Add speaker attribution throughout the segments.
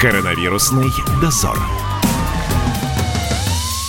Speaker 1: Коронавирусный дозор.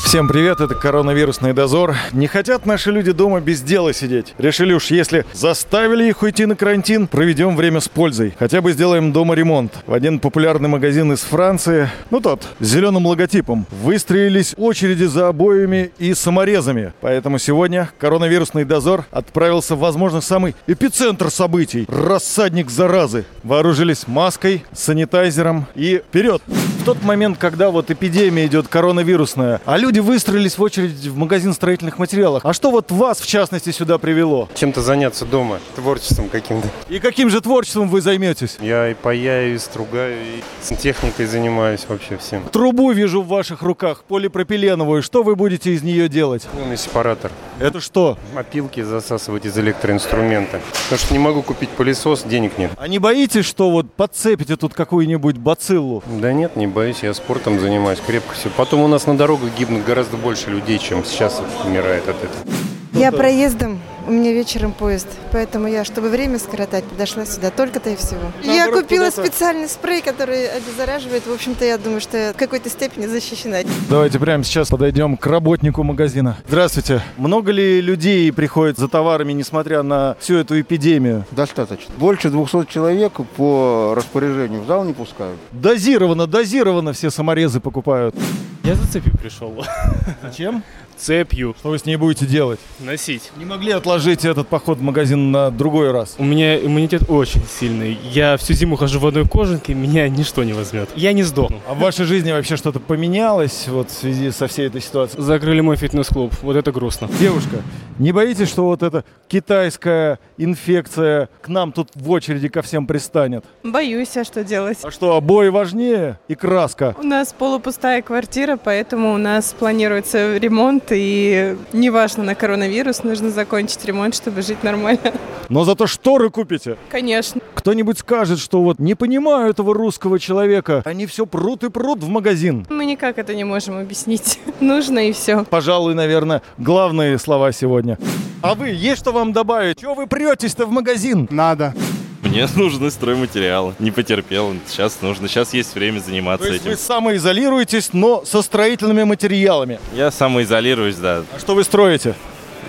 Speaker 2: Всем привет, это коронавирусный дозор. Не хотят наши люди дома без дела сидеть. Решили уж, если заставили их уйти на карантин, проведем время с пользой. Хотя бы сделаем дома ремонт. В один популярный магазин из Франции, ну тот, с зеленым логотипом, выстроились очереди за обоями и саморезами. Поэтому сегодня коронавирусный дозор отправился в, возможно, самый эпицентр событий. Рассадник заразы. Вооружились маской, санитайзером и вперед! В тот момент, когда вот эпидемия идет коронавирусная, а люди выстроились в очередь в магазин строительных материалов. А что вот вас, в частности, сюда привело?
Speaker 3: чем-то заняться дома, творчеством каким-то.
Speaker 2: И каким же творчеством вы займетесь?
Speaker 3: Я и паяю, и стругаю, и сантехникой занимаюсь вообще всем.
Speaker 2: Трубу вижу в ваших руках, полипропиленовую. Что вы будете из нее делать?
Speaker 3: Умный сепаратор.
Speaker 2: Это что?
Speaker 3: Опилки засасывать из электроинструмента. Потому что не могу купить пылесос, денег нет.
Speaker 2: А не боитесь, что вот подцепите тут какую-нибудь бациллу?
Speaker 3: Да нет, не боюсь, я спортом занимаюсь, крепко все. Потом у нас на дорогах гибнут гораздо больше людей, чем сейчас умирает от этого.
Speaker 4: Я проездом, у меня вечером поезд, поэтому я, чтобы время скоротать, подошла сюда, только-то и всего. я
Speaker 2: Наоборот,
Speaker 4: купила
Speaker 2: куда-то.
Speaker 4: специальный спрей, который обеззараживает, в общем-то, я думаю, что я в какой-то степени защищена.
Speaker 2: Давайте прямо сейчас подойдем к работнику магазина. Здравствуйте. Много ли людей приходит за товарами, несмотря на всю эту эпидемию?
Speaker 5: Достаточно. Больше 200 человек по распоряжению в зал не пускают.
Speaker 2: Дозированно, дозированно все саморезы покупают.
Speaker 6: Я за цепью пришел.
Speaker 2: Зачем?
Speaker 6: Цепью
Speaker 2: Что вы с ней будете делать?
Speaker 6: носить.
Speaker 2: Не могли отложить этот поход в магазин на другой раз?
Speaker 6: У меня иммунитет очень сильный. Я всю зиму хожу в одной кожанке, меня ничто не возьмет. Я не сдохну.
Speaker 2: А в вашей жизни вообще что-то поменялось вот в связи со всей этой ситуацией?
Speaker 6: Закрыли мой фитнес-клуб. Вот это грустно.
Speaker 2: Девушка, не боитесь, что вот эта китайская инфекция к нам тут в очереди ко всем пристанет?
Speaker 7: Боюсь, а что делать?
Speaker 2: А что, обои важнее и краска?
Speaker 7: У нас полупустая квартира, поэтому у нас планируется ремонт, и неважно на коронавирус, нужно закончить ремонт, чтобы жить нормально.
Speaker 2: Но зато шторы купите.
Speaker 7: Конечно.
Speaker 2: Кто-нибудь скажет, что вот не понимаю этого русского человека. Они все прут и прут в магазин.
Speaker 7: Мы никак это не можем объяснить. Нужно и все.
Speaker 2: Пожалуй, наверное, главные слова сегодня. А вы, есть что вам добавить? Чего вы претесь-то в магазин?
Speaker 5: Надо.
Speaker 8: Мне нужны стройматериалы. Не потерпел. Сейчас нужно. Сейчас есть время
Speaker 2: То
Speaker 8: заниматься
Speaker 2: есть
Speaker 8: этим.
Speaker 2: вы самоизолируетесь, но со строительными материалами.
Speaker 8: Я самоизолируюсь, да.
Speaker 2: А что вы строите?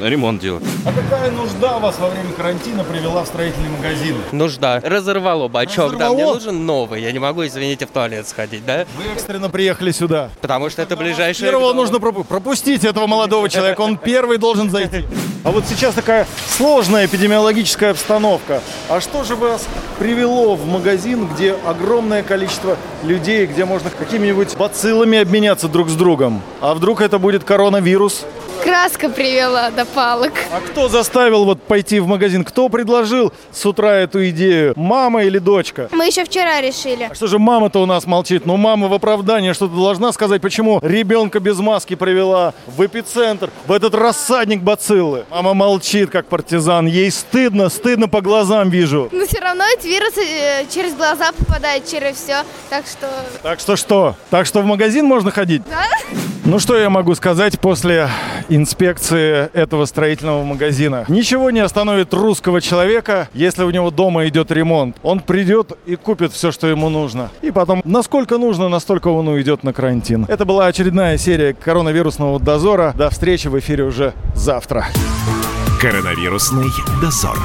Speaker 8: Ремонт делать.
Speaker 2: А какая нужда вас во время карантина привела в строительный магазин?
Speaker 9: Нужда. Разорвало бачок, да. Мне
Speaker 2: Ну Разорвало?
Speaker 9: нужен новый. Я не могу, извините, в туалет сходить, да?
Speaker 2: Вы экстренно приехали сюда.
Speaker 9: Потому что это ближайшее... к
Speaker 2: Первого
Speaker 9: дому.
Speaker 2: нужно пропу- пропустить этого молодого человека, он первый должен зайти. А вот сейчас такая сложная эпидемиологическая обстановка. А что же вас привело в магазин, где огромное количество людей, где можно какими-нибудь бациллами обменяться друг с другом? А вдруг это будет коронавирус?
Speaker 10: Краска привела до палок.
Speaker 2: А кто заставил вот пойти в магазин? Кто предложил с утра эту идею? Мама или дочка?
Speaker 10: Мы еще вчера решили.
Speaker 2: А Что же мама-то у нас молчит? Ну, мама в оправдание что-то должна сказать, почему ребенка без маски привела в эпицентр, в этот рассадник бациллы. Мама молчит, как партизан. Ей стыдно, стыдно по глазам вижу.
Speaker 10: Но все равно этот вирус э, через глаза попадает, через все. Так что
Speaker 2: Так что что? Так что в магазин можно ходить?
Speaker 10: Да.
Speaker 2: Ну что я могу сказать после инспекции этого строительного магазина? Ничего не остановит русского человека, если у него дома идет ремонт. Он придет и купит все, что ему нужно. И потом, насколько нужно, настолько он уйдет на карантин. Это была очередная серия коронавирусного дозора. До встречи в эфире уже завтра.
Speaker 1: Коронавирусный дозор.